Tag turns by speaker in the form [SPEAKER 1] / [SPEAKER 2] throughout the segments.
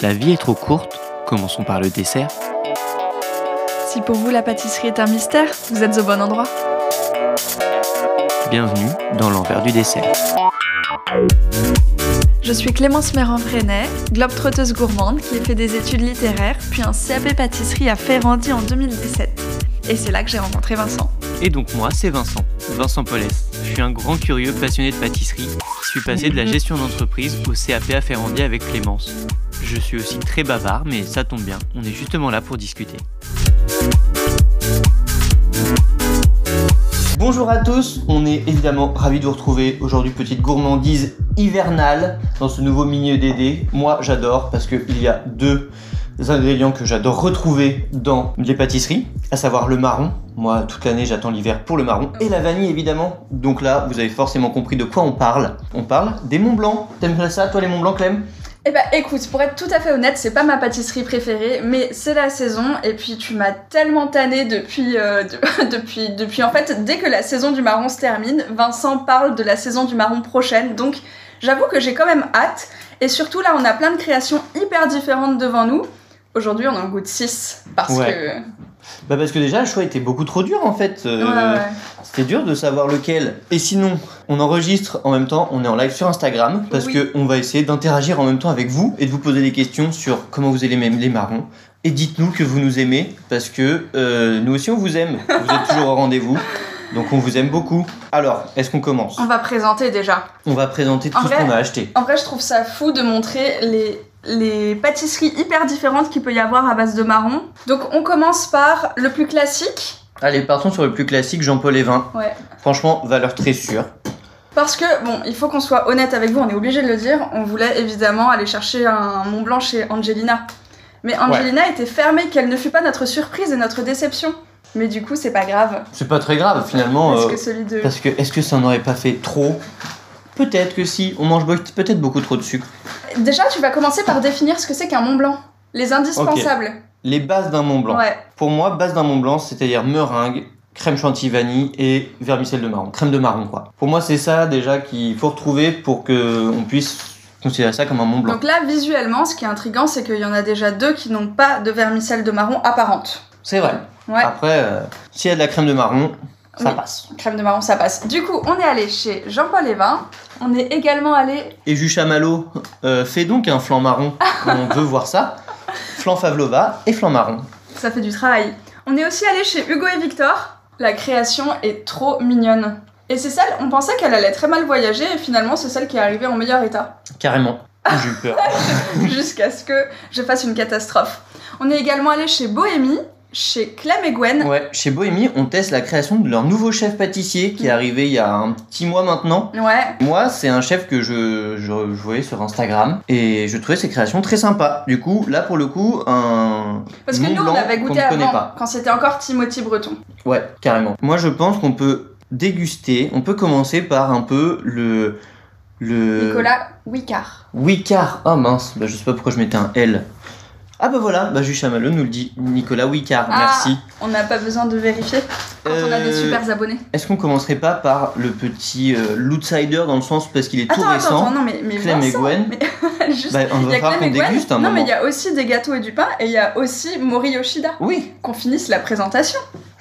[SPEAKER 1] La vie est trop courte, commençons par le dessert.
[SPEAKER 2] Si pour vous la pâtisserie est un mystère, vous êtes au bon endroit.
[SPEAKER 1] Bienvenue dans l'envers du dessert.
[SPEAKER 2] Je suis Clémence Méran-Freinet, globe-trotteuse gourmande qui a fait des études littéraires puis un CAP pâtisserie à Ferrandi en 2017. Et c'est là que j'ai rencontré Vincent.
[SPEAKER 1] Et donc moi, c'est Vincent, Vincent Paulès. Je suis un grand curieux passionné de pâtisserie qui suis passé de la gestion d'entreprise au CAP à Ferrandi avec Clémence. Je suis aussi très bavard, mais ça tombe bien, on est justement là pour discuter. Bonjour à tous, on est évidemment ravis de vous retrouver aujourd'hui petite gourmandise hivernale dans ce nouveau mini EDD. Moi j'adore parce qu'il y a deux ingrédients que j'adore retrouver dans les pâtisseries, à savoir le marron. Moi toute l'année j'attends l'hiver pour le marron et la vanille évidemment. Donc là vous avez forcément compris de quoi on parle. On parle des Mont Blanc. T'aimes ça toi les Mont Blanc Clem
[SPEAKER 2] Eh bah écoute, pour être tout à fait honnête, c'est pas ma pâtisserie préférée, mais c'est la saison et puis tu m'as tellement tanné depuis, euh, de- depuis, depuis en fait dès que la saison du marron se termine, Vincent parle de la saison du marron prochaine, donc j'avoue que j'ai quand même hâte et surtout là on a plein de créations hyper différentes devant nous. Aujourd'hui on en goûte 6 parce
[SPEAKER 1] Ouais.
[SPEAKER 2] que...
[SPEAKER 1] Bah parce que déjà le choix était beaucoup trop dur en fait. Euh,
[SPEAKER 2] Ouais, ouais.
[SPEAKER 1] C'était dur de savoir lequel. Et sinon, on enregistre en même temps, on est en live sur Instagram, parce
[SPEAKER 2] Oui.
[SPEAKER 1] que on va essayer d'interagir en même temps avec vous et de vous poser des questions sur comment vous aimez les marrons. Et dites-nous que vous nous aimez, parce que euh, nous aussi on vous aime. Vous êtes toujours au rendez-vous. Donc on vous aime beaucoup. Alors, est-ce qu'on commence
[SPEAKER 2] On va présenter déjà.
[SPEAKER 1] On va présenter tout
[SPEAKER 2] En
[SPEAKER 1] ce
[SPEAKER 2] vrai-
[SPEAKER 1] qu'on a acheté.
[SPEAKER 2] En vrai, je trouve ça fou de montrer les, les pâtisseries hyper différentes qu'il peut y avoir à base de marron. Donc, on commence par le plus classique.
[SPEAKER 1] Allez, partons sur le plus classique, Jean-Paul et vin.
[SPEAKER 2] Ouais.
[SPEAKER 1] Franchement, valeur très sûre.
[SPEAKER 2] Parce que, bon, il faut qu'on soit honnête avec vous, on est obligé de le dire. On voulait évidemment aller chercher un Mont Blanc chez Angelina. Mais Angelina était fermée, qu'elle ne fut pas notre surprise et notre déception. Mais du coup, c'est pas grave.
[SPEAKER 1] C'est pas très grave finalement.
[SPEAKER 2] Parce
[SPEAKER 1] euh,
[SPEAKER 2] que celui de.
[SPEAKER 1] Parce que est-ce que ça n'aurait pas fait trop Peut-être que si, on mange be- peut-être beaucoup trop de sucre.
[SPEAKER 2] Déjà, tu vas commencer par définir ce que c'est qu'un Mont Blanc. Les indispensables.
[SPEAKER 1] Les bases d'un Mont Blanc.
[SPEAKER 2] Ouais.
[SPEAKER 1] Pour moi, base d'un Mont Blanc, c'est-à-dire meringue, crème chantilly vanille et vermicelle de marron, crème de marron quoi. Pour moi, c'est ça déjà qu'il faut retrouver pour que on puisse considérer ça comme un Mont Blanc.
[SPEAKER 2] Donc là, visuellement, ce qui est intriguant, c'est qu'il y en a déjà deux qui n'ont pas de vermicelle de marron apparente.
[SPEAKER 1] C'est vrai.
[SPEAKER 2] Ouais,
[SPEAKER 1] Après, euh, s'il y a de la crème de marron, ça
[SPEAKER 2] Oui.
[SPEAKER 1] passe.
[SPEAKER 2] crème de marron, ça passe. Du coup, on est allé chez Jean-Paul Evin. On est également allé.
[SPEAKER 1] Et jus chamallow, euh, fais donc un flan marron. on veut voir ça. Flan Pavlova et flan marron.
[SPEAKER 2] Ça fait du travail. On est aussi allé chez Hugo et Victor. La création est trop mignonne. Et c'est celle, on pensait qu'elle allait très mal voyager, et finalement, c'est celle qui est arrivée en meilleur état.
[SPEAKER 1] Carrément. J'ai eu peur.
[SPEAKER 2] Jusqu'à ce que je fasse une catastrophe. On est également allé chez Bohémie, chez Clem et Gwen.
[SPEAKER 1] Ouais, chez Bohémie, on teste la création de leur nouveau chef pâtissier qui est arrivé il y a un petit mois maintenant.
[SPEAKER 2] Ouais,
[SPEAKER 1] Moi, c'est un chef que je, je, je voyais sur Instagram et je trouvais ses créations très sympas. Du coup, là pour le coup, un.
[SPEAKER 2] parce que
[SPEAKER 1] Mont
[SPEAKER 2] nous, on
[SPEAKER 1] Blanc
[SPEAKER 2] avait
[SPEAKER 1] qu'on
[SPEAKER 2] goûté
[SPEAKER 1] ne connaît
[SPEAKER 2] avant,
[SPEAKER 1] pas.
[SPEAKER 2] quand c'était encore Timothy Breton.
[SPEAKER 1] Ouais, carrément. Moi, je pense qu'on peut déguster, on peut commencer par un peu le. Le.
[SPEAKER 2] Nicolas Wicard.
[SPEAKER 1] Wicard. Oh mince, bah, je sais pas pourquoi je mettais un L. Ah bah voilà, bah Jucha Malo nous le dit. Nicolas Wicard,
[SPEAKER 2] Ah.
[SPEAKER 1] merci.
[SPEAKER 2] On n'a pas besoin de vérifier quand on a des
[SPEAKER 1] Euh,
[SPEAKER 2] super abonnés.
[SPEAKER 1] Est-ce qu'on commencerait pas par le petit euh, l'outsider dans le sens parce qu'il est tout
[SPEAKER 2] Attends,
[SPEAKER 1] récent
[SPEAKER 2] attends, attends, non, mais, mais
[SPEAKER 1] Clem et
[SPEAKER 2] Vincent,
[SPEAKER 1] Gwen.
[SPEAKER 2] juste,
[SPEAKER 1] Bah, on
[SPEAKER 2] il y
[SPEAKER 1] va
[SPEAKER 2] a
[SPEAKER 1] falloir
[SPEAKER 2] Clem
[SPEAKER 1] qu'on
[SPEAKER 2] et Gwen.
[SPEAKER 1] déguste hein, un
[SPEAKER 2] non,
[SPEAKER 1] moment.
[SPEAKER 2] mais il y a aussi des gâteaux et du pain, et il y a aussi Mori Yoshida.
[SPEAKER 1] Oui,
[SPEAKER 2] Qu'on finisse la présentation.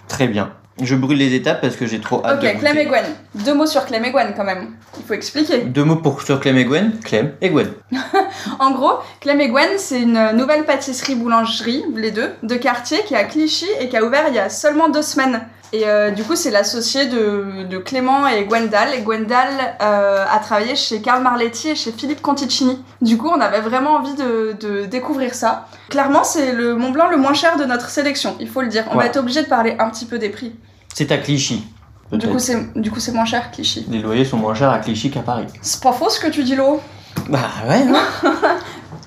[SPEAKER 1] très bien. Je brûle les étapes parce que j'ai trop hâte de
[SPEAKER 2] ok, Clem
[SPEAKER 1] goûter.
[SPEAKER 2] et Gwen. Deux mots sur Clem et Gwen quand même. Il faut expliquer.
[SPEAKER 1] Deux mots pour sur Clem et Gwen. Clem et Gwen.
[SPEAKER 2] En gros, Clem et Gwen, c'est une nouvelle pâtisserie-boulangerie, les deux, de quartier qui est à Clichy et qui a ouvert il y a seulement deux semaines. Et euh, du coup, c'est l'associé de, de Clément et Gwendal. Et Gwendal euh, a travaillé chez Karl Marletti et chez Philippe Conticini. Du coup, on avait vraiment envie de, de découvrir ça. Clairement, c'est le Mont Blanc le moins cher de notre sélection, il faut le dire. On va
[SPEAKER 1] Ouais.
[SPEAKER 2] être obligé de parler un petit peu des prix.
[SPEAKER 1] C'est à Clichy.
[SPEAKER 2] Du coup,
[SPEAKER 1] Peut-être.
[SPEAKER 2] c'est du coup, c'est moins cher, Clichy.
[SPEAKER 1] Les loyers sont moins chers à Clichy qu'à Paris.
[SPEAKER 2] C'est pas faux ce que tu dis, Lo.
[SPEAKER 1] Bah ouais. hein.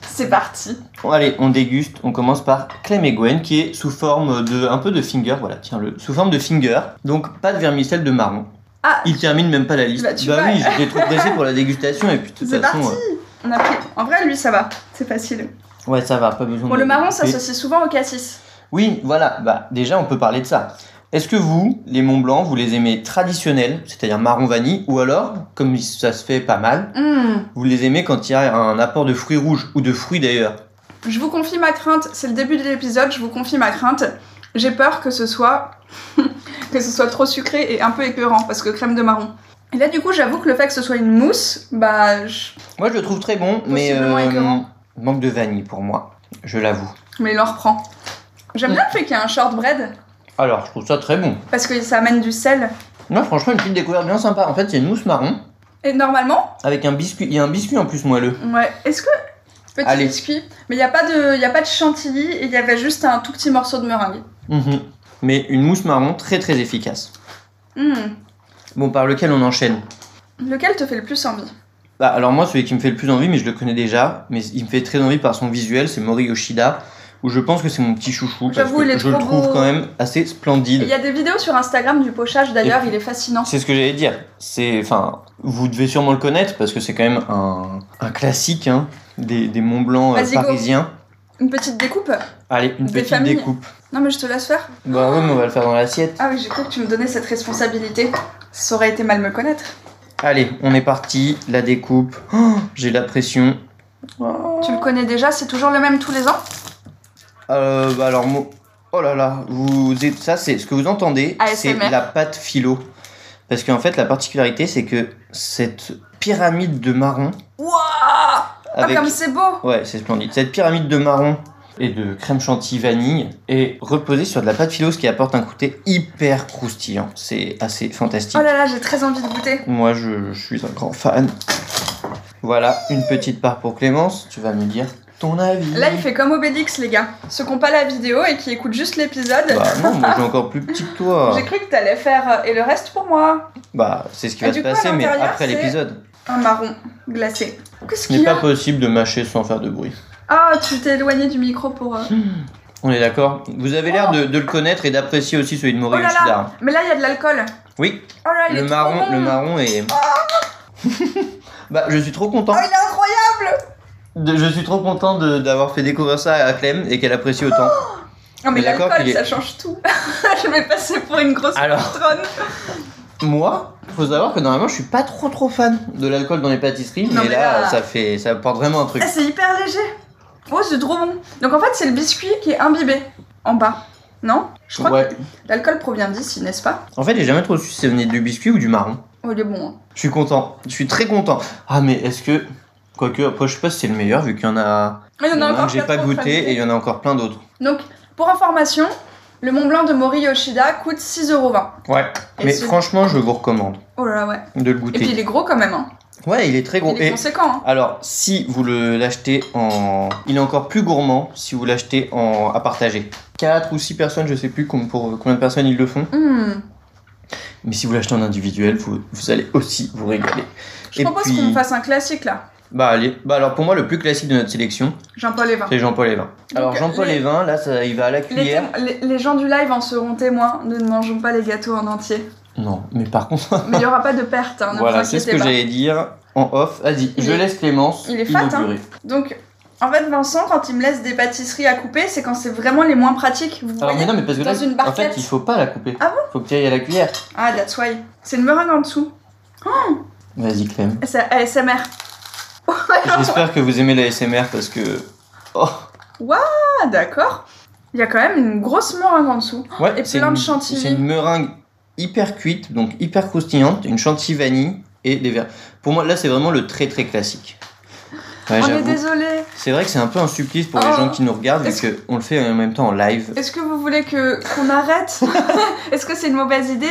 [SPEAKER 2] C'est parti.
[SPEAKER 1] Bon, allez, on déguste. On commence par Clem et Gwen qui est sous forme de un peu de finger. Voilà, tiens le. Sous forme de finger. Donc pas de vermicelle de marron.
[SPEAKER 2] Ah.
[SPEAKER 1] Il termine même pas la liste.
[SPEAKER 2] Bah, tu vas-
[SPEAKER 1] oui, j'étais trop pressé pour la dégustation et puis de toute
[SPEAKER 2] C'est
[SPEAKER 1] façon.
[SPEAKER 2] parti. On a pris. En vrai, lui, ça va. C'est facile.
[SPEAKER 1] euh, Ouais, ça va, pas besoin.
[SPEAKER 2] Bon,
[SPEAKER 1] de-
[SPEAKER 2] le marron
[SPEAKER 1] Et-
[SPEAKER 2] s'associe souvent au cassis.
[SPEAKER 1] Oui, voilà, bah, déjà on peut parler de ça. Est-ce que vous, les Mont Blanc, vous les aimez traditionnels, c'est-à-dire marron vanille, ou alors, comme ça se fait pas mal,
[SPEAKER 2] Hum,
[SPEAKER 1] vous les aimez quand il y a un apport de fruits rouges, ou de fruits d'ailleurs
[SPEAKER 2] Je vous confie ma crainte, c'est le début de l'épisode, je vous confie ma crainte. J'ai peur que ce soit que ce soit trop sucré et un peu écœurant parce que crème de marron. Et là du coup, j'avoue que le fait que ce soit une mousse, bah je-
[SPEAKER 1] Moi, je le trouve très bon, mais euh,
[SPEAKER 2] Possiblement écœurant.
[SPEAKER 1] manque de vanille pour moi, je l'avoue.
[SPEAKER 2] mais il en reprend. J'aime bien le fait qu'il y ait un shortbread
[SPEAKER 1] Alors, je trouve ça très bon.
[SPEAKER 2] parce que ça amène du sel.
[SPEAKER 1] Non, franchement, une petite découverte bien sympa. En fait, c'est une mousse marron
[SPEAKER 2] Et normalement,
[SPEAKER 1] avec un biscuit. Il y a un biscuit en plus moelleux.
[SPEAKER 2] ouais, est-ce que petit
[SPEAKER 1] Allez.
[SPEAKER 2] biscuit, mais il n'y a pas de il y a pas de chantilly et il y avait juste un tout petit morceau de meringue.
[SPEAKER 1] Mhm. Mais une mousse marron très très efficace.
[SPEAKER 2] Hmm.
[SPEAKER 1] Bon, par lequel on enchaîne
[SPEAKER 2] Lequel te fait le plus envie
[SPEAKER 1] Bah, alors moi, celui qui me fait le plus envie, mais je le connais déjà, mais il me fait très envie par son visuel, c'est Mori Yoshida, où je pense que c'est mon petit chouchou, parce
[SPEAKER 2] J'avoue, il
[SPEAKER 1] que
[SPEAKER 2] est
[SPEAKER 1] je le
[SPEAKER 2] trop
[SPEAKER 1] trouve
[SPEAKER 2] beau.
[SPEAKER 1] quand même assez
[SPEAKER 2] Et Il
[SPEAKER 1] splendide.
[SPEAKER 2] y a des vidéos sur Instagram du pochage d'ailleurs,
[SPEAKER 1] Et-
[SPEAKER 2] il est fascinant.
[SPEAKER 1] C'est ce que j'allais dire. C'est, enfin, vous devez sûrement le connaître, parce que c'est quand même un, un classique hein, des, des Mont Blanc euh,
[SPEAKER 2] Vas-y, go.
[SPEAKER 1] parisiens.
[SPEAKER 2] Une petite découpe
[SPEAKER 1] Allez, une
[SPEAKER 2] Des
[SPEAKER 1] petite
[SPEAKER 2] familles.
[SPEAKER 1] découpe.
[SPEAKER 2] Non mais je te laisse faire.
[SPEAKER 1] Bah oui, mais on va le faire dans l'assiette.
[SPEAKER 2] Ah oui, j'ai cru que tu me donnais cette responsabilité. Ça aurait été mal me connaître.
[SPEAKER 1] Allez, on est parti, la découpe. Oh, J'ai la pression.
[SPEAKER 2] Tu le connais déjà, c'est toujours le même tous les ans
[SPEAKER 1] Euh, bah alors, mo- oh là là, vous êtes- ça c'est ce que vous entendez, c'est
[SPEAKER 2] ASMR.
[SPEAKER 1] la pâte philo. Parce qu'en fait, la particularité, c'est que cette pyramide de marron,
[SPEAKER 2] Wouah
[SPEAKER 1] avec,
[SPEAKER 2] Ah comme c'est beau
[SPEAKER 1] ouais, c'est splendide. Cette pyramide de marron et de crème chantilly vanille est reposée sur de la pâte philo, ce qui apporte un côté hyper croustillant. C'est assez fantastique.
[SPEAKER 2] Oh là là, j'ai très envie de goûter.
[SPEAKER 1] Moi, je, je suis un grand fan. Voilà, une petite part pour Clémence. Tu vas me dire ton avis.
[SPEAKER 2] Là, il fait comme Obélix, les gars. Ceux qui n'ont pas la vidéo et qui écoutent juste l'épisode.
[SPEAKER 1] Bah non, moi j'ai encore plus petit que toi.
[SPEAKER 2] J'ai cru que t'allais faire euh, et le reste pour moi.
[SPEAKER 1] Bah, c'est ce qui
[SPEAKER 2] Et
[SPEAKER 1] va
[SPEAKER 2] du
[SPEAKER 1] se
[SPEAKER 2] coup, à
[SPEAKER 1] passer, mais
[SPEAKER 2] l'intérieur,
[SPEAKER 1] après
[SPEAKER 2] c'est-
[SPEAKER 1] l'épisode.
[SPEAKER 2] Un marron glacé. Qu'est-ce
[SPEAKER 1] Ce
[SPEAKER 2] qu'il
[SPEAKER 1] n'est
[SPEAKER 2] y
[SPEAKER 1] pas
[SPEAKER 2] a
[SPEAKER 1] possible de mâcher sans faire de bruit.
[SPEAKER 2] Ah, tu t'es éloigné du micro pour. euh,
[SPEAKER 1] On est d'accord Vous avez l'air de, de le connaître et d'apprécier aussi celui de
[SPEAKER 2] Oh
[SPEAKER 1] Mori
[SPEAKER 2] là là Mais là, il y a de l'alcool.
[SPEAKER 1] Oui,
[SPEAKER 2] Oh là, il
[SPEAKER 1] le
[SPEAKER 2] est trop
[SPEAKER 1] marron,
[SPEAKER 2] bon. Ah.
[SPEAKER 1] le marron est... bah, je suis trop content.
[SPEAKER 2] Oh, il est incroyable
[SPEAKER 1] de- je suis trop content de- d'avoir fait découvrir ça à Clem et qu'elle apprécie autant.
[SPEAKER 2] Non, mais
[SPEAKER 1] Mais d'accord
[SPEAKER 2] l'alcool,
[SPEAKER 1] qu'il est- Ah.
[SPEAKER 2] ça change tout. Je vais passer pour une grosse
[SPEAKER 1] Alors.
[SPEAKER 2] patronne.
[SPEAKER 1] Moi, faut savoir que normalement, je suis pas trop trop fan de l'alcool dans les pâtisseries,
[SPEAKER 2] Non,
[SPEAKER 1] mais,
[SPEAKER 2] mais
[SPEAKER 1] là,
[SPEAKER 2] là-
[SPEAKER 1] ça fait, ça porte vraiment un truc.
[SPEAKER 2] Ah, c'est hyper léger. Oh, c'est trop bon. Donc en fait, c'est le biscuit qui est imbibé en bas. Non Je crois
[SPEAKER 1] Ouais.
[SPEAKER 2] que l'alcool provient d'ici, n'est-ce pas
[SPEAKER 1] En fait, j'ai jamais trop su si ça venait du biscuit ou du marron.
[SPEAKER 2] Oh, il est bon. hein.
[SPEAKER 1] Je suis content, je suis très content. Ah mais est-ce que... Quoique, après je sais pas si c'est le meilleur vu qu'il y en a...
[SPEAKER 2] Mais il y en a
[SPEAKER 1] un
[SPEAKER 2] encore
[SPEAKER 1] que j'ai
[SPEAKER 2] plein
[SPEAKER 1] pas
[SPEAKER 2] d'autres à
[SPEAKER 1] goûté et il y en a encore plein d'autres.
[SPEAKER 2] Donc, pour information, le Mont Blanc de Mori Yoshida coûte 6,20€.
[SPEAKER 1] Ouais.
[SPEAKER 2] Et
[SPEAKER 1] mais
[SPEAKER 2] ce-
[SPEAKER 1] franchement, je vous recommande
[SPEAKER 2] Oh là là, ouais.
[SPEAKER 1] de le
[SPEAKER 2] Et puis il
[SPEAKER 1] goûter.
[SPEAKER 2] est gros quand même. hein.
[SPEAKER 1] Ouais, il est très gros.
[SPEAKER 2] Il est
[SPEAKER 1] Et
[SPEAKER 2] conséquent. hein.
[SPEAKER 1] alors, si vous le- l'achetez en... Il est encore plus gourmand si vous l'achetez en... à partager. 4 ou 6 personnes, je sais plus com- pour combien de personnes ils le font.
[SPEAKER 2] Hmm.
[SPEAKER 1] Mais si vous l'achetez en individuel, vous, vous allez aussi vous régaler.
[SPEAKER 2] Je
[SPEAKER 1] Et
[SPEAKER 2] propose
[SPEAKER 1] puis-
[SPEAKER 2] qu'on fasse un classique là.
[SPEAKER 1] Bah, allez. bah alors pour moi, le plus classique de notre sélection,
[SPEAKER 2] Jean-Paul Evin.
[SPEAKER 1] c'est Jean-Paul Evin. Alors
[SPEAKER 2] Donc,
[SPEAKER 1] Jean-Paul
[SPEAKER 2] les-
[SPEAKER 1] Evin, là, ça, il va à la
[SPEAKER 2] Les,
[SPEAKER 1] cuillère.
[SPEAKER 2] témo- les- les gens du live en seront témoins. Nous ne mangeons pas les gâteaux en entier.
[SPEAKER 1] Non, mais par contre,
[SPEAKER 2] Mais il n'y aura pas de perte. hein, ne
[SPEAKER 1] voilà,
[SPEAKER 2] vous
[SPEAKER 1] c'est ce
[SPEAKER 2] inquiétez
[SPEAKER 1] que
[SPEAKER 2] pas.
[SPEAKER 1] j'allais dire en off. Vas-y,
[SPEAKER 2] Il
[SPEAKER 1] je
[SPEAKER 2] est-
[SPEAKER 1] laisse Clémence.
[SPEAKER 2] il est fat, hein.
[SPEAKER 1] inaugurer.
[SPEAKER 2] Donc, en fait, Vincent, quand il me laisse des pâtisseries à couper, c'est quand c'est vraiment les moins pratiques. Vous
[SPEAKER 1] Alors, mais
[SPEAKER 2] voyez
[SPEAKER 1] non, mais parce que
[SPEAKER 2] dans
[SPEAKER 1] là,
[SPEAKER 2] une
[SPEAKER 1] en fait,
[SPEAKER 2] barquette.
[SPEAKER 1] il faut pas la couper.
[SPEAKER 2] Ah
[SPEAKER 1] Faut que tu ailles à la cuillère.
[SPEAKER 2] Ah, that's why. C'est une meringue en dessous.
[SPEAKER 1] Vas-y, Clem.
[SPEAKER 2] C'est ASMR. Oh
[SPEAKER 1] J'espère que vous aimez la SMR parce que. Oh,
[SPEAKER 2] Ah, d'accord. Il y a quand même une grosse meringue en dessous.
[SPEAKER 1] ouais,
[SPEAKER 2] Et
[SPEAKER 1] c'est
[SPEAKER 2] plein de
[SPEAKER 1] une-
[SPEAKER 2] chantilly.
[SPEAKER 1] C'est une meringue hyper cuite, donc hyper croustillante, une chantilly vanille et des verres. Pour moi, là, c'est vraiment le très très classique. Ouais,
[SPEAKER 2] On est
[SPEAKER 1] Ah, j'avoue.
[SPEAKER 2] désolé.
[SPEAKER 1] C'est vrai que c'est un peu un supplice pour les
[SPEAKER 2] Oh.
[SPEAKER 1] gens qui nous regardent, vu
[SPEAKER 2] Est-ce
[SPEAKER 1] qu'on le fait en même temps en live.
[SPEAKER 2] Est-ce que vous voulez que qu'on arrête Est-ce que c'est une mauvaise idée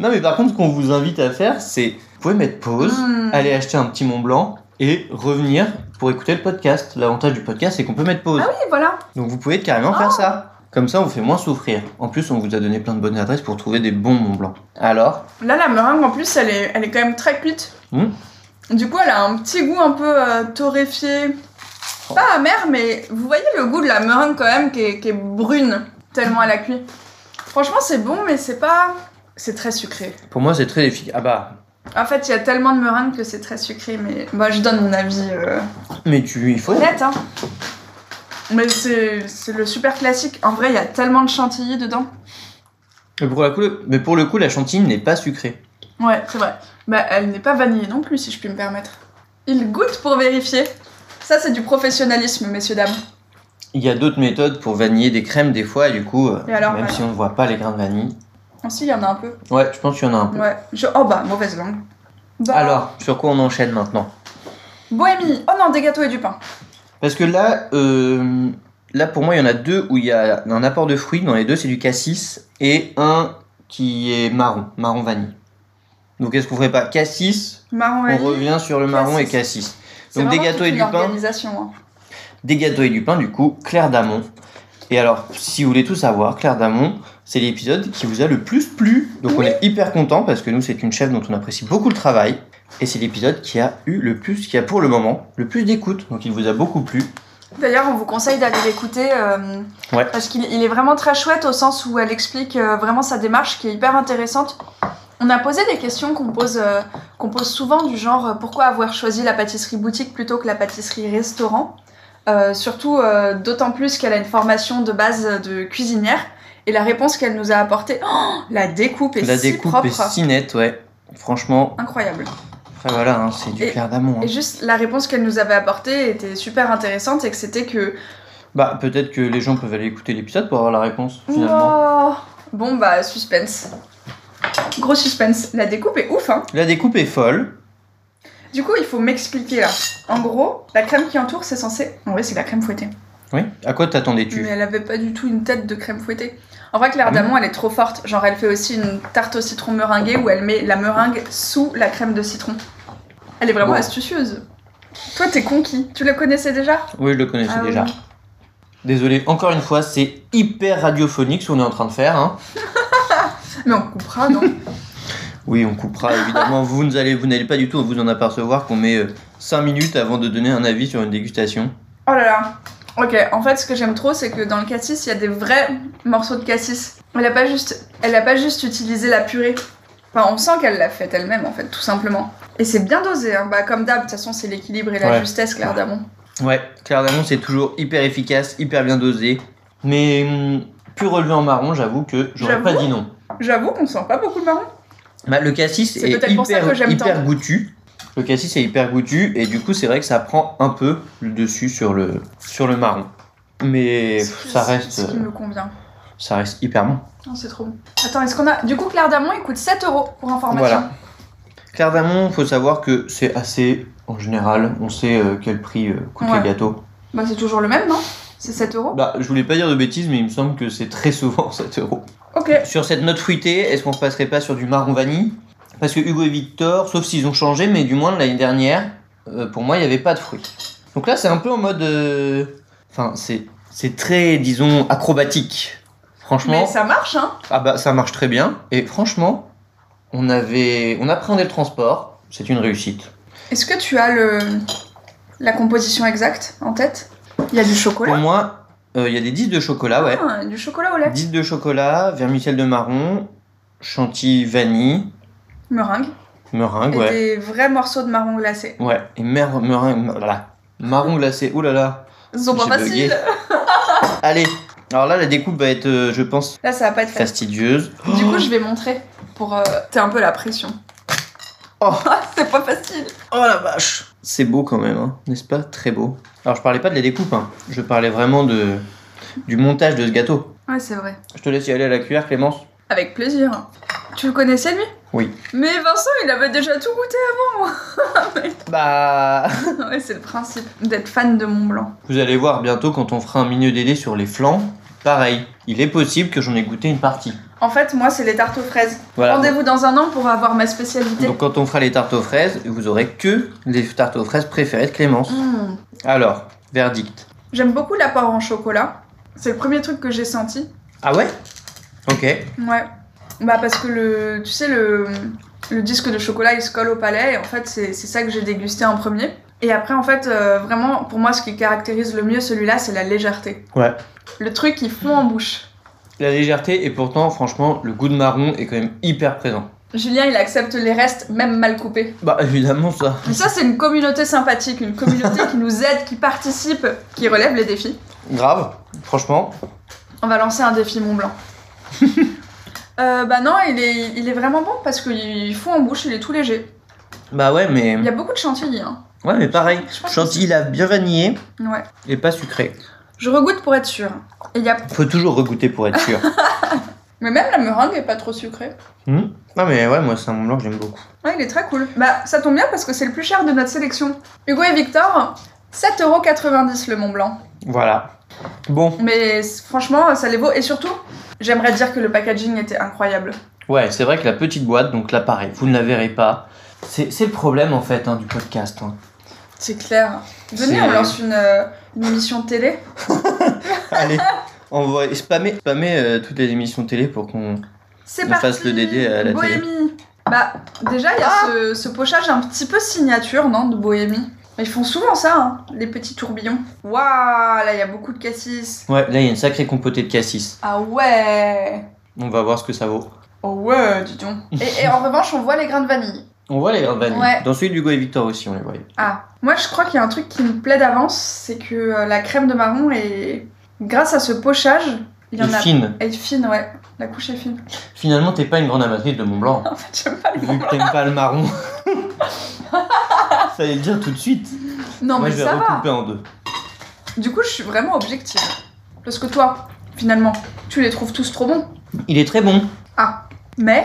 [SPEAKER 1] Non, mais par contre, ce qu'on vous invite à faire, c'est. Vous pouvez mettre pause.
[SPEAKER 2] Hmm.
[SPEAKER 1] aller acheter un petit Mont Blanc et revenir pour écouter le podcast. L'avantage du podcast, c'est qu'on peut mettre pause.
[SPEAKER 2] Ah oui, Ah. voilà.
[SPEAKER 1] Donc vous pouvez carrément faire ça. Comme ça, on vous fait moins souffrir. En plus, on vous a donné plein de bonnes adresses pour trouver des bons Mont Blanc. Alors,
[SPEAKER 2] Là, la meringue, en plus, elle est, elle est quand même très cuite.
[SPEAKER 1] Hmm.
[SPEAKER 2] Du coup, elle a un petit goût un peu euh, torréfié. Pas amer, mais vous voyez le goût de la meringue quand même qui est, qui est brune, tellement elle a cuit. Franchement, c'est bon, mais c'est pas... C'est très sucré.
[SPEAKER 1] pour moi, c'est très efficace. Ah bah,
[SPEAKER 2] En fait, il y a tellement de meringue que c'est très sucré, mais moi, je donne mon avis euh,
[SPEAKER 1] mais tu, il faut.
[SPEAKER 2] honnête. Hein. Mais c'est c'est le super classique. En vrai, il y a tellement de chantilly dedans.
[SPEAKER 1] Mais pour, la coup, le- mais pour le coup, la chantilly n'est pas sucrée.
[SPEAKER 2] Ouais, c'est vrai. Bah, elle n'est pas vanillée non plus, si je puis me permettre. Il goûte pour vérifier. Ça, c'est du professionnalisme, messieurs, dames.
[SPEAKER 1] Il y a d'autres méthodes pour vaniller des crèmes des fois, et du coup, euh,
[SPEAKER 2] Et alors,
[SPEAKER 1] même
[SPEAKER 2] voilà.
[SPEAKER 1] si on ne voit pas les grains de vanille.
[SPEAKER 2] Ah si, il y en a un peu.
[SPEAKER 1] Ouais, je pense qu'il y en a un peu.
[SPEAKER 2] Ouais. Je- Oh bah, mauvaise langue. Bah,
[SPEAKER 1] Alors, sur quoi on enchaîne maintenant
[SPEAKER 2] Bohémie. Oh non, des gâteaux et du pain.
[SPEAKER 1] Parce que là, euh, là pour moi, il y en a deux où il y a un apport de fruits. Dans les deux, c'est du cassis et un qui est marron, marron vanille. Donc, est-ce qu'on ferait pas cassis
[SPEAKER 2] Marron
[SPEAKER 1] On
[SPEAKER 2] vanille.
[SPEAKER 1] revient sur le marron
[SPEAKER 2] Cassis.
[SPEAKER 1] et cassis.
[SPEAKER 2] C'est
[SPEAKER 1] donc des
[SPEAKER 2] vraiment
[SPEAKER 1] gâteaux
[SPEAKER 2] toute
[SPEAKER 1] et du
[SPEAKER 2] une
[SPEAKER 1] pain.
[SPEAKER 2] organisation, hein.
[SPEAKER 1] Des gâteaux et du pain, du coup, Claire Damon. Et alors, si vous voulez tout savoir, Claire Damon, c'est l'épisode qui vous a le plus plu. Donc, on est hyper content parce que nous, c'est une chef dont on apprécie beaucoup le travail. Et c'est l'épisode qui a eu le plus, qui a pour le moment le plus d'écoute. Donc, il vous a beaucoup plu.
[SPEAKER 2] D'ailleurs, on vous conseille d'aller l'écouter euh,
[SPEAKER 1] Ouais.
[SPEAKER 2] parce qu'il il est vraiment très chouette au sens où elle explique euh, vraiment sa démarche qui est hyper intéressante. On a posé des questions qu'on pose, euh, qu'on pose souvent du genre euh, pourquoi avoir choisi la pâtisserie boutique plutôt que la pâtisserie restaurant Euh, Surtout euh, d'autant plus qu'elle a une formation de base de cuisinière et la réponse qu'elle nous a apportée, oh, la découpe est
[SPEAKER 1] La
[SPEAKER 2] si
[SPEAKER 1] découpe
[SPEAKER 2] propre,
[SPEAKER 1] est si nette, ouais. Franchement,
[SPEAKER 2] incroyable.
[SPEAKER 1] après voilà, hein, c'est du
[SPEAKER 2] Et-
[SPEAKER 1] clair d'amont.
[SPEAKER 2] Et juste la réponse qu'elle nous avait apportée était super intéressante et que c'était que
[SPEAKER 1] Bah, peut-être que les gens peuvent aller écouter l'épisode pour avoir la réponse, finalement.
[SPEAKER 2] Wow. Bon bah suspense. Gros suspense. La découpe est ouf hein.
[SPEAKER 1] La découpe est folle.
[SPEAKER 2] Du coup il faut m'expliquer là. En gros, la crème qui entoure c'est censé. En vrai c'est la crème fouettée.
[SPEAKER 1] Oui. À quoi t'attendais-tu
[SPEAKER 2] Mais elle avait pas du tout une tête de crème fouettée. En vrai Claire
[SPEAKER 1] Ah bon
[SPEAKER 2] Damon elle est trop forte. Genre elle fait aussi une tarte au citron meringuée où elle met la meringue sous la crème de citron. Elle est vraiment
[SPEAKER 1] Wow.
[SPEAKER 2] astucieuse. Toi t'es conquis. Tu la connaissais déjà
[SPEAKER 1] Oui, je le connaissais
[SPEAKER 2] Ah
[SPEAKER 1] déjà.
[SPEAKER 2] oui.
[SPEAKER 1] Désolé, encore une fois, c'est hyper radiophonique ce qu'on est en train de faire. hein.
[SPEAKER 2] Mais on coupera non
[SPEAKER 1] Oui, on coupera, évidemment. vous ne allez- vous n'allez pas du tout vous en apercevoir qu'on met 5 minutes avant de donner un avis sur une dégustation.
[SPEAKER 2] Oh là là. Ok, en fait, ce que j'aime trop, c'est que dans le cassis, il y a des vrais morceaux de cassis. Elle a pas juste, elle a pas juste utilisé la purée. Enfin, on sent qu'elle l'a faite elle-même, en fait, tout simplement. Et c'est bien dosé, hein. bah, comme d'hab, de toute façon, c'est l'équilibre et la
[SPEAKER 1] Ouais.
[SPEAKER 2] justesse, Claire Damon.
[SPEAKER 1] Ouais, Claire Damon, c'est toujours hyper efficace, hyper bien dosé. Mais hum, plus relevé en marron, j'avoue que j'aurais pas
[SPEAKER 2] J'avoue.
[SPEAKER 1] dit non.
[SPEAKER 2] J'avoue qu'on sent pas beaucoup le marron.
[SPEAKER 1] Bah, le cassis
[SPEAKER 2] C'est
[SPEAKER 1] est,
[SPEAKER 2] peut-être pour ça que
[SPEAKER 1] hyper,
[SPEAKER 2] j'aime tant.
[SPEAKER 1] hyper goûtu. Le cassis est hyper goûtu et du coup c'est vrai que ça prend un peu le dessus sur le, sur le marron. Mais
[SPEAKER 2] Ce qui-
[SPEAKER 1] ça
[SPEAKER 2] Ce
[SPEAKER 1] reste, euh,
[SPEAKER 2] qui me convient.
[SPEAKER 1] ça reste hyper bon.
[SPEAKER 2] Non, c'est trop bon. Attends, est-ce qu'on a. Du coup, Claire Damon, il coûte 7 euros pour information.
[SPEAKER 1] Voilà. Claire Damon, faut savoir que c'est assez, en général, on sait euh, quel prix euh, coûtent
[SPEAKER 2] Ouais.
[SPEAKER 1] les gâteaux.
[SPEAKER 2] Bah, c'est toujours le même, non C'est 7 euros
[SPEAKER 1] Bah, je voulais pas dire de bêtises, mais il me semble que c'est très souvent 7 euros.
[SPEAKER 2] Ok.
[SPEAKER 1] Sur cette note fruitée, est-ce qu'on passerait pas sur du marron vanille Parce que Hugo et Victor, sauf s'ils ont changé, mais du moins l'année dernière, euh, pour moi, il n'y avait pas de fruits. Donc là, c'est un peu en mode. euh, Enfin, c'est, c'est très, disons, acrobatique. Franchement,
[SPEAKER 2] Mais ça marche, hein.
[SPEAKER 1] ah bah, ça marche très bien. Et franchement, on avait. On appréhendait le transport. C'est une réussite.
[SPEAKER 2] Est-ce que tu as le. La composition exacte en tête Il y a du chocolat.
[SPEAKER 1] Pour moi, euh, il y a des 10 de chocolat, ouais.
[SPEAKER 2] Ah, du chocolat au lait.
[SPEAKER 1] 10 de chocolat, vermicelle de marron, chantilly vanille,
[SPEAKER 2] Meringue.
[SPEAKER 1] meringue,
[SPEAKER 2] Et
[SPEAKER 1] ouais.
[SPEAKER 2] des vrais morceaux de marron glacé.
[SPEAKER 1] Ouais, et mer, meringue, voilà. Marron glacé, oulala.
[SPEAKER 2] Ils pas
[SPEAKER 1] J'ai bugué.
[SPEAKER 2] facile.
[SPEAKER 1] Allez, alors là, la découpe va être, euh, je pense,
[SPEAKER 2] Là, ça va pas être facile.
[SPEAKER 1] fastidieuse.
[SPEAKER 2] Du coup, je vais montrer pour. euh, T'es un peu la pression. Ah,
[SPEAKER 1] Oh.
[SPEAKER 2] c'est pas facile.
[SPEAKER 1] Oh la vache C'est beau quand même, hein, n'est-ce pas Très beau. Alors, je parlais pas de la découpe, hein. je parlais vraiment de, du montage de ce gâteau.
[SPEAKER 2] Ouais, c'est vrai.
[SPEAKER 1] Je te laisse y aller à la cuillère, Clémence.
[SPEAKER 2] Avec plaisir. Tu le connaissais lui
[SPEAKER 1] Oui.
[SPEAKER 2] Mais Vincent, il avait déjà tout goûté.
[SPEAKER 1] Bah.
[SPEAKER 2] ouais, c'est le principe d'être fan de Mont Blanc.
[SPEAKER 1] Vous allez voir bientôt quand on fera un mini DD sur les flancs. Pareil, il est possible que j'en ai goûté une partie.
[SPEAKER 2] En fait, moi, c'est les tartes aux fraises.
[SPEAKER 1] Voilà.
[SPEAKER 2] Rendez-vous dans un an pour avoir ma spécialité.
[SPEAKER 1] Ah Donc quand on fera les tartes aux fraises, vous aurez que les tartes aux fraises préférées de Clémence.
[SPEAKER 2] Mmh.
[SPEAKER 1] Alors, verdict.
[SPEAKER 2] J'aime beaucoup l'apport en chocolat. C'est le premier truc que j'ai senti.
[SPEAKER 1] Ah ouais Ok.
[SPEAKER 2] Ouais. Bah parce que le, tu sais, le, le disque de chocolat, il se colle au palais. Et en fait, c'est c'est ça que j'ai dégusté en premier. Et après, en fait, euh, vraiment, pour moi, ce qui caractérise le mieux celui-là, c'est la légèreté.
[SPEAKER 1] Ouais.
[SPEAKER 2] Le truc qui fond en bouche.
[SPEAKER 1] La légèreté et pourtant, franchement, le goût de marron est quand même hyper présent.
[SPEAKER 2] Julien, il accepte les restes, même mal coupés.
[SPEAKER 1] Bah évidemment ça.
[SPEAKER 2] Mais ça, c'est une communauté sympathique, une communauté qui nous aide, qui participe, qui relève les défis.
[SPEAKER 1] Grave, franchement.
[SPEAKER 2] On va lancer un défi Mont Blanc. Euh, bah non, il est, il est vraiment bon parce qu'il fond en bouche, il est tout léger.
[SPEAKER 1] Bah ouais, mais...
[SPEAKER 2] Il y a beaucoup de chantilly. Hein.
[SPEAKER 1] Ouais, mais pareil.
[SPEAKER 2] Je pense que
[SPEAKER 1] Chantilly, il a bien vanillé
[SPEAKER 2] Ouais.
[SPEAKER 1] et pas sucré.
[SPEAKER 2] Je Je regoute pour être sûre. Et il y a...
[SPEAKER 1] Faut toujours regoûter pour être sûr.
[SPEAKER 2] Mais même la meringue est pas trop sucrée.
[SPEAKER 1] Hmm ah mais ouais, moi c'est un blanc que j'aime beaucoup.
[SPEAKER 2] Ouais, il est très cool. Bah, ça tombe bien parce que c'est le plus cher de notre sélection. Hugo et Victor, 7,90€ le Mont Blanc.
[SPEAKER 1] Voilà. Bon,
[SPEAKER 2] Mais c- franchement, ça les vaut. Et surtout, j'aimerais dire que le packaging était incroyable.
[SPEAKER 1] ouais, c'est vrai que la petite boîte, donc là pareil, vous ne la verrez pas. C'est c'est le problème en fait hein, du podcast. hein.
[SPEAKER 2] C'est clair. Venez,
[SPEAKER 1] C'est-
[SPEAKER 2] on lance une, euh, une émission télé.
[SPEAKER 1] Allez, on va spammer, spammer euh, toutes les émissions télé pour qu'on...
[SPEAKER 2] C'est
[SPEAKER 1] On
[SPEAKER 2] parti.
[SPEAKER 1] fasse le DD à la télé.
[SPEAKER 2] Bohémie. Bah, déjà, il y a ce, ce pochage un petit peu signature, non, de Bohémie. Ils font souvent ça, hein, les petits tourbillons. Waouh, là, il y a beaucoup de cassis.
[SPEAKER 1] Ouais, là il y a une sacrée compotée de cassis.
[SPEAKER 2] Ah ouais.
[SPEAKER 1] On va voir ce que ça vaut.
[SPEAKER 2] Oh ouais, dis donc. Et, et en revanche, on voit les grains de vanille.
[SPEAKER 1] On voit les grains de vanille.
[SPEAKER 2] Ouais.
[SPEAKER 1] Dans celui d'Hugo et Victor aussi, on les voit.
[SPEAKER 2] Ah, moi, je crois qu'il y a un truc qui me plaît d'avance, c'est que euh, la crème de marron est... Grâce à ce pochage, il y en
[SPEAKER 1] Et
[SPEAKER 2] a...
[SPEAKER 1] fine.
[SPEAKER 2] Elle est fine, ouais. La couche est fine.
[SPEAKER 1] Finalement, t'es pas une grande amatrice de Mont Blanc.
[SPEAKER 2] En fait, j'aime pas le
[SPEAKER 1] vu que t'aimes pas le marron. ça allait le dire tout de suite.
[SPEAKER 2] Non,
[SPEAKER 1] Moi,
[SPEAKER 2] mais
[SPEAKER 1] je vais
[SPEAKER 2] ça va.
[SPEAKER 1] recouper en deux.
[SPEAKER 2] Du coup, je suis vraiment objective. Parce que toi, finalement, tu les trouves tous trop bons.
[SPEAKER 1] Il est très bon.
[SPEAKER 2] Mais,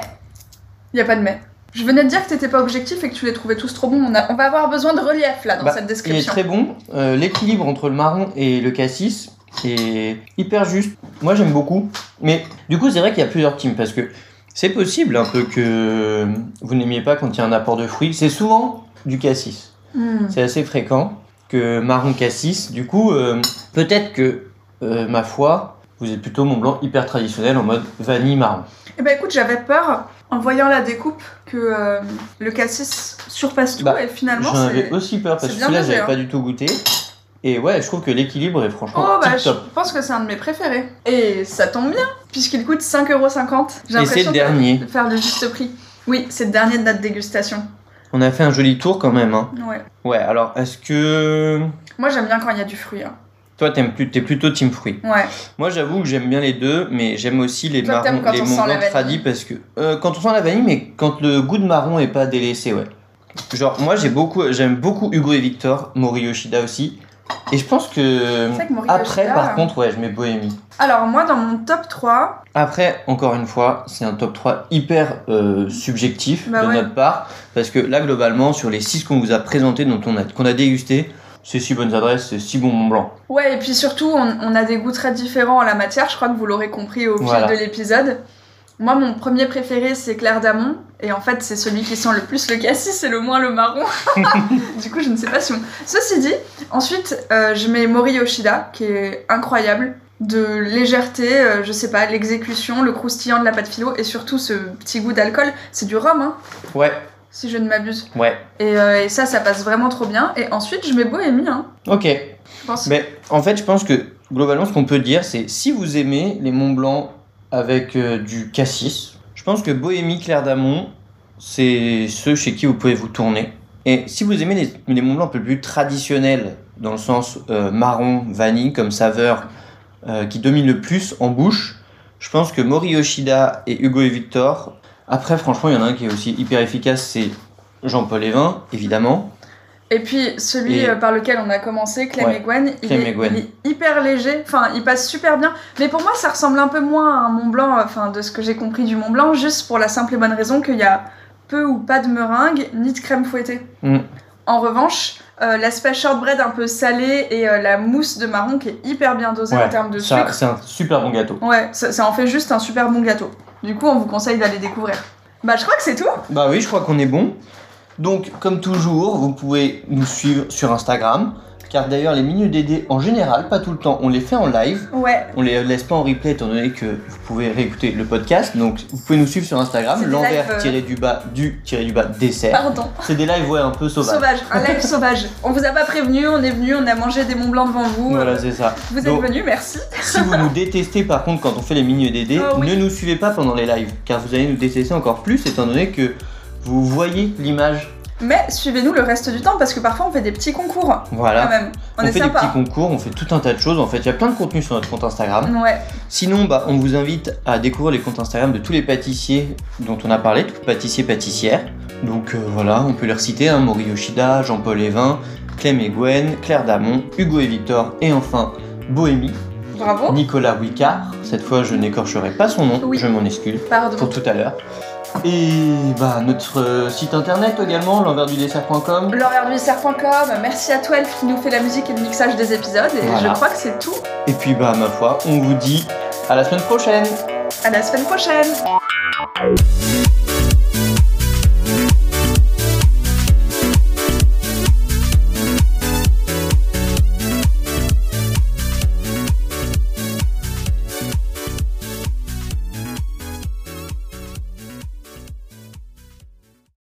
[SPEAKER 2] il a pas de mais. Je venais de dire que t'étais pas objectif et que tu les trouvais tous trop bons. On, a- on va avoir besoin de relief là dans
[SPEAKER 1] Bah,
[SPEAKER 2] cette
[SPEAKER 1] Il est
[SPEAKER 2] description.
[SPEAKER 1] très bon. Euh, L'équilibre entre le marron et le cassis est hyper juste. Moi, j'aime beaucoup. Mais du coup, c'est vrai qu'il y a plusieurs teams parce que c'est possible un peu que vous n'aimiez pas quand il y a un apport de fruits. C'est souvent du cassis.
[SPEAKER 2] Hmm.
[SPEAKER 1] C'est assez fréquent que marron cassis. Du coup, euh, peut-être que euh, ma foi, vous êtes plutôt Mont Blanc hyper traditionnel en mode vanille marron.
[SPEAKER 2] Eh ben écoute, j'avais peur en voyant la découpe que euh, le cassis surpasse tout
[SPEAKER 1] Bah,
[SPEAKER 2] et finalement
[SPEAKER 1] J'en avais
[SPEAKER 2] c'est.
[SPEAKER 1] aussi peur
[SPEAKER 2] c'est
[SPEAKER 1] parce que
[SPEAKER 2] bien
[SPEAKER 1] celui-là,
[SPEAKER 2] dosé,
[SPEAKER 1] j'avais
[SPEAKER 2] hein.
[SPEAKER 1] pas du tout goûté. Et ouais, je trouve que l'équilibre est franchement
[SPEAKER 2] Oh bah
[SPEAKER 1] tip
[SPEAKER 2] je
[SPEAKER 1] top.
[SPEAKER 2] pense que c'est un de mes préférés. Et ça tombe bien puisqu'il coûte 5,50€. J'ai
[SPEAKER 1] Et c'est
[SPEAKER 2] l'impression
[SPEAKER 1] le
[SPEAKER 2] de-
[SPEAKER 1] dernier.
[SPEAKER 2] de faire le juste prix. Oui, c'est le dernier de notre dégustation.
[SPEAKER 1] On a fait un joli tour quand même. Hein.
[SPEAKER 2] Ouais.
[SPEAKER 1] Ouais, alors est-ce que.
[SPEAKER 2] Moi j'aime bien quand il y a du fruit. hein.
[SPEAKER 1] Toi, t'aimes plus, t'es plutôt team fruit.
[SPEAKER 2] Ouais.
[SPEAKER 1] Moi, j'avoue que j'aime bien les deux, mais j'aime aussi les
[SPEAKER 2] Toi, t'aimes
[SPEAKER 1] marrons,
[SPEAKER 2] quand
[SPEAKER 1] les
[SPEAKER 2] on sent
[SPEAKER 1] Mont
[SPEAKER 2] la
[SPEAKER 1] Blanc
[SPEAKER 2] vanille.
[SPEAKER 1] tradis parce que. euh, quand on sent la vanille, mais quand le goût de marron est pas délaissé, ouais. Genre, moi, j'ai beaucoup, j'aime beaucoup Hugo et Victor, Mori Yoshida aussi. Et je pense que.
[SPEAKER 2] vrai que Mori
[SPEAKER 1] Après,
[SPEAKER 2] Yoshida,
[SPEAKER 1] par
[SPEAKER 2] euh,
[SPEAKER 1] contre, ouais, je mets Bohémie.
[SPEAKER 2] Alors moi dans mon top 3,
[SPEAKER 1] Après, encore une fois, c'est un top 3 hyper euh, subjectif
[SPEAKER 2] Bah
[SPEAKER 1] de
[SPEAKER 2] ouais.
[SPEAKER 1] notre part, parce que là, globalement, sur les 6 qu'on vous a présentés, dont on a, qu'on a dégusté, c'est 6 bonnes adresses, c'est 6 bons Mont Blanc.
[SPEAKER 2] ouais et puis surtout on, on a des goûts très différents en la matière, je crois que vous l'aurez compris au fil
[SPEAKER 1] Voilà.
[SPEAKER 2] de l'épisode. Moi mon premier préféré c'est Claire Damon et en fait c'est celui qui sent le plus le cassis et le moins le marron. du coup je ne sais pas si on... Ceci dit, ensuite euh, je mets Mori Yoshida qui est incroyable de légèreté, euh, je sais pas, l'exécution, le croustillant de la pâte philo et surtout ce petit goût d'alcool, c'est du rhum hein,
[SPEAKER 1] Ouais,
[SPEAKER 2] si je ne m'abuse.
[SPEAKER 1] ouais.
[SPEAKER 2] Et, euh, et ça, ça passe vraiment trop bien. Et ensuite, je mets Bohémie, hein,
[SPEAKER 1] Ok.
[SPEAKER 2] je pense.
[SPEAKER 1] Mais en fait, je pense que globalement, ce qu'on peut dire, c'est si vous aimez les Mont Blanc avec euh, du cassis, je pense que Bohémie, Claire d'Amont, c'est ceux chez qui vous pouvez vous tourner. Et si vous aimez les, les Mont Blanc un peu plus traditionnels, dans le sens euh, marron, vanille comme saveur euh, qui domine le plus en bouche, je pense que Mori Yoshida et Hugo et Victor. Après, franchement, il y en a un qui est aussi hyper efficace, c'est Jean-Paul Evin, évidemment.
[SPEAKER 2] Et puis, celui
[SPEAKER 1] Et-
[SPEAKER 2] euh, par lequel on a commencé, Clem
[SPEAKER 1] Ouais,
[SPEAKER 2] et Gwen, il,
[SPEAKER 1] Clem
[SPEAKER 2] est,
[SPEAKER 1] et Gwen.
[SPEAKER 2] il est hyper léger. Enfin, il passe super bien. Mais pour moi, ça ressemble un peu moins à un Mont Blanc, euh, enfin, de ce que j'ai compris du Mont Blanc, juste pour la simple et bonne raison qu'il y a peu ou pas de meringue, ni de crème fouettée.
[SPEAKER 1] Mm.
[SPEAKER 2] En revanche, euh, l'aspect shortbread un peu salé et euh, la mousse de marron qui est hyper bien dosée en
[SPEAKER 1] Ouais,
[SPEAKER 2] termes de
[SPEAKER 1] Ça,
[SPEAKER 2] sucre.
[SPEAKER 1] c'est un super bon gâteau.
[SPEAKER 2] Ouais, ça, ça en fait juste un super bon gâteau. Du coup, on vous conseille d'aller découvrir. Bah, je crois que c'est tout.
[SPEAKER 1] Bah oui, je crois qu'on est bon. Donc, comme toujours, vous pouvez nous suivre sur Instagram. Car d'ailleurs, les minutes DD en général, pas tout le temps, on les fait en live.
[SPEAKER 2] Ouais,
[SPEAKER 1] On les laisse pas en replay étant donné que vous pouvez réécouter le podcast. Donc, vous pouvez nous suivre sur Instagram,
[SPEAKER 2] C'est des
[SPEAKER 1] l'envers
[SPEAKER 2] lives, euh,
[SPEAKER 1] tiré du bas du tiré du bas dessert.
[SPEAKER 2] pardon.
[SPEAKER 1] C'est des lives, ouais, un peu sauvages.
[SPEAKER 2] Sauvage, un live sauvage. On vous a pas prévenu, on est venu, on a mangé des Mont Blanc devant vous.
[SPEAKER 1] Voilà,
[SPEAKER 2] Euh,
[SPEAKER 1] c'est ça.
[SPEAKER 2] vous êtes
[SPEAKER 1] Donc,
[SPEAKER 2] venu, merci.
[SPEAKER 1] si vous nous détestez par contre quand on fait les minutes DD,
[SPEAKER 2] Ah oui.
[SPEAKER 1] ne nous suivez pas pendant les lives. Car vous allez nous détester encore plus étant donné que vous voyez l'image.
[SPEAKER 2] Mais suivez-nous le reste du temps parce que parfois on fait des petits concours
[SPEAKER 1] Voilà.
[SPEAKER 2] quand même. On,
[SPEAKER 1] Ah, On,
[SPEAKER 2] est
[SPEAKER 1] fait des petits
[SPEAKER 2] sympa.
[SPEAKER 1] concours, on fait tout un tas de choses. En fait, il y a plein de contenus sur notre compte Instagram.
[SPEAKER 2] Ouais,
[SPEAKER 1] Sinon, bah, on vous invite à découvrir les comptes Instagram de tous les pâtissiers dont on a parlé, tous les pâtissiers pâtissières. Donc euh, voilà, on peut les reciter hein, Mori Yoshida, Jean-Paul Evin, Clem et Gwen, Claire Damon, Hugo et Victor, et enfin Bohémie,
[SPEAKER 2] Bravo.
[SPEAKER 1] Nicolas Wicard. Cette fois, je n'écorcherai pas son nom,
[SPEAKER 2] Oh. Oui.
[SPEAKER 1] je m'en excuse pour
[SPEAKER 2] Pardon.
[SPEAKER 1] tout à l'heure. Et bah, notre euh, site internet également, l'enversdudessert.com.
[SPEAKER 2] L'horaire du serpent.com, merci à toi Elf qui nous fait la musique et le mixage des épisodes. Et
[SPEAKER 1] Voilà.
[SPEAKER 2] je crois que c'est tout.
[SPEAKER 1] Et puis, bah, ma foi, on vous dit à la semaine prochaine!
[SPEAKER 2] À la semaine prochaine.